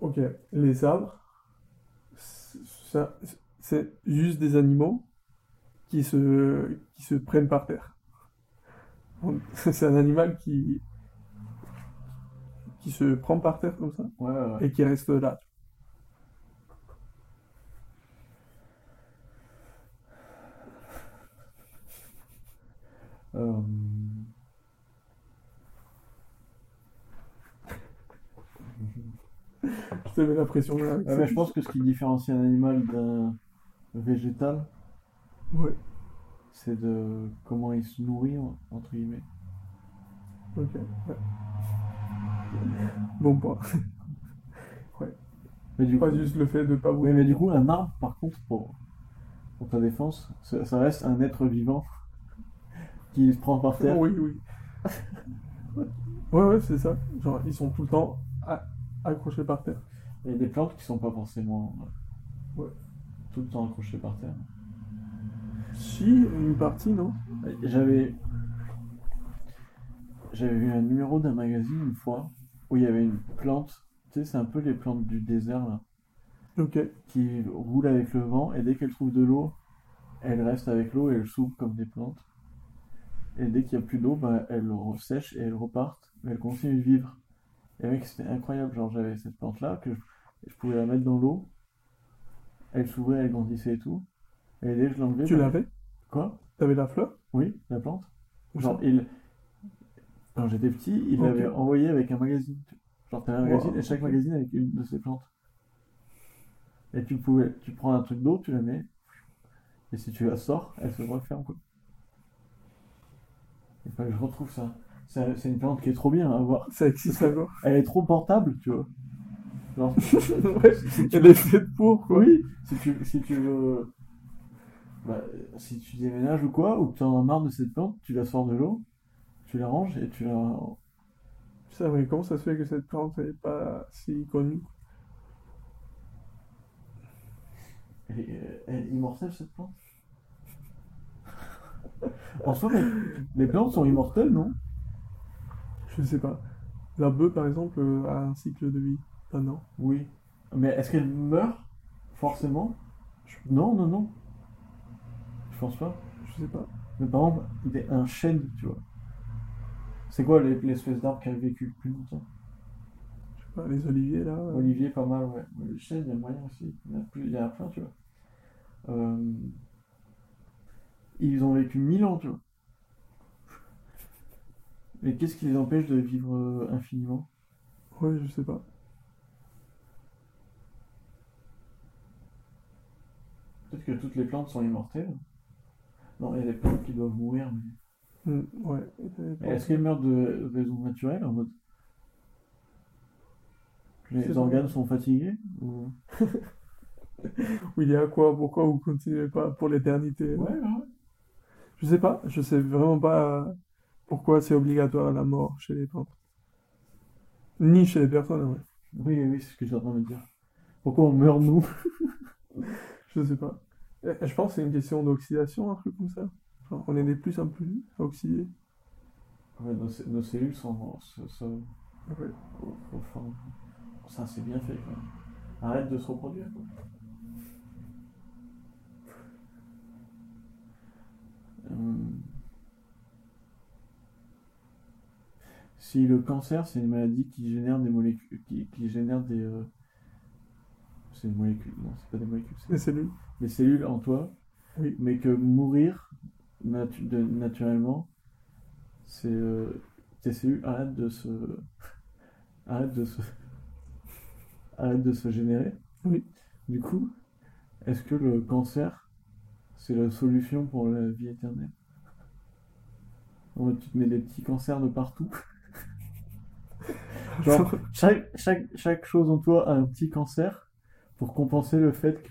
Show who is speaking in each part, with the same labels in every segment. Speaker 1: Ok, les sabres, ça- c'est juste des animaux qui se, qui se prennent par terre. On- C'est un animal qui, qui se prend par terre comme ça
Speaker 2: Ouais, ouais, ouais.
Speaker 1: et qui reste là.
Speaker 2: Euh,
Speaker 1: Je te mets la pression là. avec
Speaker 2: ouais,
Speaker 1: ça.
Speaker 2: mais je pense que ce qui différencie un animal d'un végétal,
Speaker 1: Ouais,
Speaker 2: c'est de comment il se nourrit, en- entre guillemets.
Speaker 1: ok. ouais. Bon point.
Speaker 2: Mais du coup,
Speaker 1: Pas juste le fait de pas
Speaker 2: Oui,
Speaker 1: bouger.
Speaker 2: mais du coup, un arbre, par contre, pour, pour ta défense, ça, ça reste un être vivant qui se prend par terre.
Speaker 1: Oui, oui. Ouais, ouais, c'est ça. Genre, ils sont tout le temps a- accrochés par terre.
Speaker 2: Il y a des plantes qui sont pas forcément euh,
Speaker 1: Ouais.
Speaker 2: tout le temps accrochées par terre.
Speaker 1: Si, une partie, non
Speaker 2: J'avais j'avais vu un numéro d'un magazine une fois où il y avait une plante, tu sais, c'est un peu les plantes du désert là,
Speaker 1: Ok.
Speaker 2: qui roule avec le vent et dès qu'elle trouve de l'eau, elle reste avec l'eau et elle s'ouvre comme des plantes. Et dès qu'il n'y a plus d'eau, bah, elle sèche et elle repart, mais elle continue de vivre. Et mec, c'était incroyable, genre j'avais cette plante là que je, je pouvais la mettre dans l'eau, elle s'ouvrait, elle grandissait et tout. Et dès que je l'enlevais,
Speaker 1: Tu
Speaker 2: bah,
Speaker 1: l'avais
Speaker 2: quoi
Speaker 1: T'avais la fleur
Speaker 2: Oui, la plante.
Speaker 1: Ou
Speaker 2: Genre,
Speaker 1: ça
Speaker 2: il... quand j'étais petit, il
Speaker 1: Ok.
Speaker 2: l'avait envoyé avec un magazine. Genre, t'avais un
Speaker 1: Wow,
Speaker 2: magazine et chaque
Speaker 1: ok.
Speaker 2: magazine avec une de ces plantes. Et tu pouvais, tu prends un truc d'eau, tu la mets, et si tu la sors, elle se referme quoi. Il fallait que je retrouve ça. C'est c'est une plante qui est trop bien à voir.
Speaker 1: Ça existe encore.
Speaker 2: Elle est trop portable, tu vois. Genre,
Speaker 1: ouais.
Speaker 2: si tu-
Speaker 1: Elle est faite pour, quoi.
Speaker 2: oui, si tu, si tu veux. bah, si tu déménages ou quoi, ou que tu en as marre de cette plante, tu la sors de l'eau, tu la ranges et tu la.
Speaker 1: Putain, mais comment ça se fait que cette plante n'est pas si connue
Speaker 2: Elle est, elle est immortelle cette plante. en soi, les, les plantes sont immortelles, non
Speaker 1: Je sais pas. La bœuf, par exemple, euh, a un cycle de vie. Ah non.
Speaker 2: Oui. Mais est-ce qu'elle meurt Forcément Je- Non, non, non. Je pense pas.
Speaker 1: Je sais pas.
Speaker 2: Mais par exemple, des- un chêne, tu vois. C'est quoi les- l'espèce d'arbre qui a vécu le plus longtemps
Speaker 1: Je sais pas. Les oliviers, là. euh,
Speaker 2: Olivier, pas mal, ouais. Ouais, Le chêne, il y a moyen aussi. Il y en a, plus, il y en a plein, tu vois. Euh, Ils ont vécu 1000 ans, tu vois. Mais qu'est-ce qui les empêche de vivre euh, infiniment
Speaker 1: Ouais, je sais pas.
Speaker 2: Peut-être que toutes les plantes sont immortelles. Non, il y a des plantes qui doivent mourir. Mais...
Speaker 1: Hmm, ouais. Euh,
Speaker 2: Mais Est-ce qu'elles meurent de raison naturelle en mode
Speaker 1: C'est
Speaker 2: les
Speaker 1: pas-
Speaker 2: organes sont fatigués ou-
Speaker 1: Oui, il y a quoi Pourquoi vous continuez pas pour l'éternité
Speaker 2: Ouais, ouais.
Speaker 1: Je sais pas. Je sais vraiment pas euh, pourquoi c'est obligatoire la mort chez les plantes. Ni chez les personnes, hein. ouais.
Speaker 2: Oui, oui, c'est ce que j'étais en train de dire. Pourquoi on meurt nous
Speaker 1: Je sais pas. Euh, Je pense que c'est une question d'oxydation, un truc comme ça. Genre, on est de plus en plus oxydés.
Speaker 2: Ouais, nos, cé- nos cellules sont. se- se- au- au fond. Ça, c'est bien fait, quoi. Arrête de se reproduire, quoi. Hum. Si le cancer, c'est une maladie qui génère des molécules. qui, qui génère des. euh, C'est des molécules, non, c'est pas des molécules, c'est
Speaker 1: Les cellules.
Speaker 2: des cellules en toi,
Speaker 1: Oui.
Speaker 2: mais que mourir natu- de- naturellement, c'est euh, tes cellules arrêtent de se arrêtent de se arrêtent de se générer.
Speaker 1: Oui.
Speaker 2: Du coup, est-ce que le cancer, c'est la solution pour la vie éternelle? En mode, tu te mets des petits cancers de partout. Genre, chaque, chaque, chaque chose en toi a un petit cancer pour compenser le fait que,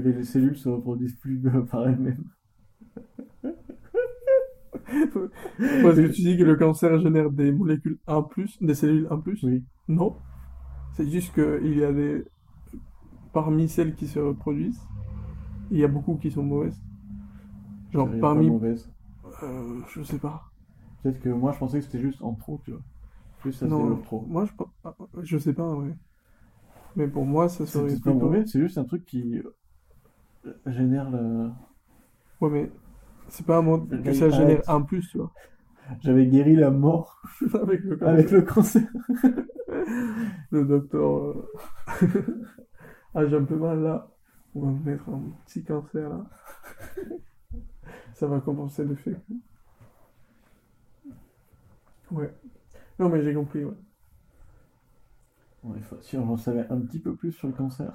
Speaker 2: que les cellules se reproduisent plus euh, par elles-mêmes.
Speaker 1: Parce que tu dis que le cancer génère des molécules 1+, des cellules 1+.
Speaker 2: Oui.
Speaker 1: Non. C'est juste qu'il y a des... Parmi celles qui se reproduisent, il y a beaucoup qui sont mauvaises. Genre
Speaker 2: C'est-à-dire pas
Speaker 1: parmi...
Speaker 2: mauvaises.
Speaker 1: euh, je sais pas.
Speaker 2: Peut-être que moi je pensais que c'était juste en trop, tu vois. Juste ça se
Speaker 1: Non,
Speaker 2: développe trop.
Speaker 1: Moi, je... pe- ah, je sais pas, ouais. Mais pour moi, ça
Speaker 2: C'est
Speaker 1: serait
Speaker 2: peut-être pas
Speaker 1: plutôt-
Speaker 2: mauvais, c'est juste un truc qui euh, génère le...
Speaker 1: Ouais, mais c'est pas un monde
Speaker 2: Le
Speaker 1: que ça génère
Speaker 2: pirate.
Speaker 1: un plus, tu vois.
Speaker 2: J'avais guéri la mort
Speaker 1: Avec le,
Speaker 2: avec le cancer.
Speaker 1: le docteur. euh. ah, j'ai un peu mal là. On va me mettre un petit cancer là. ça va compenser le fait. que- Ouais. Non, mais j'ai compris, ouais.
Speaker 2: Ouais, il faut- Si on en savait un petit peu plus sur le cancer.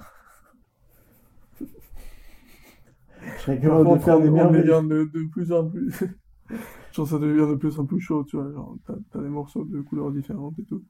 Speaker 2: Je serais
Speaker 1: Par
Speaker 2: capable de
Speaker 1: contre,
Speaker 2: faire
Speaker 1: on,
Speaker 2: des
Speaker 1: on
Speaker 2: merveilles.
Speaker 1: devient de, de plus en plus. genre, ça devient de plus en plus chaud, tu vois. Genre, t'as, t'as des morceaux de couleurs différentes et tout.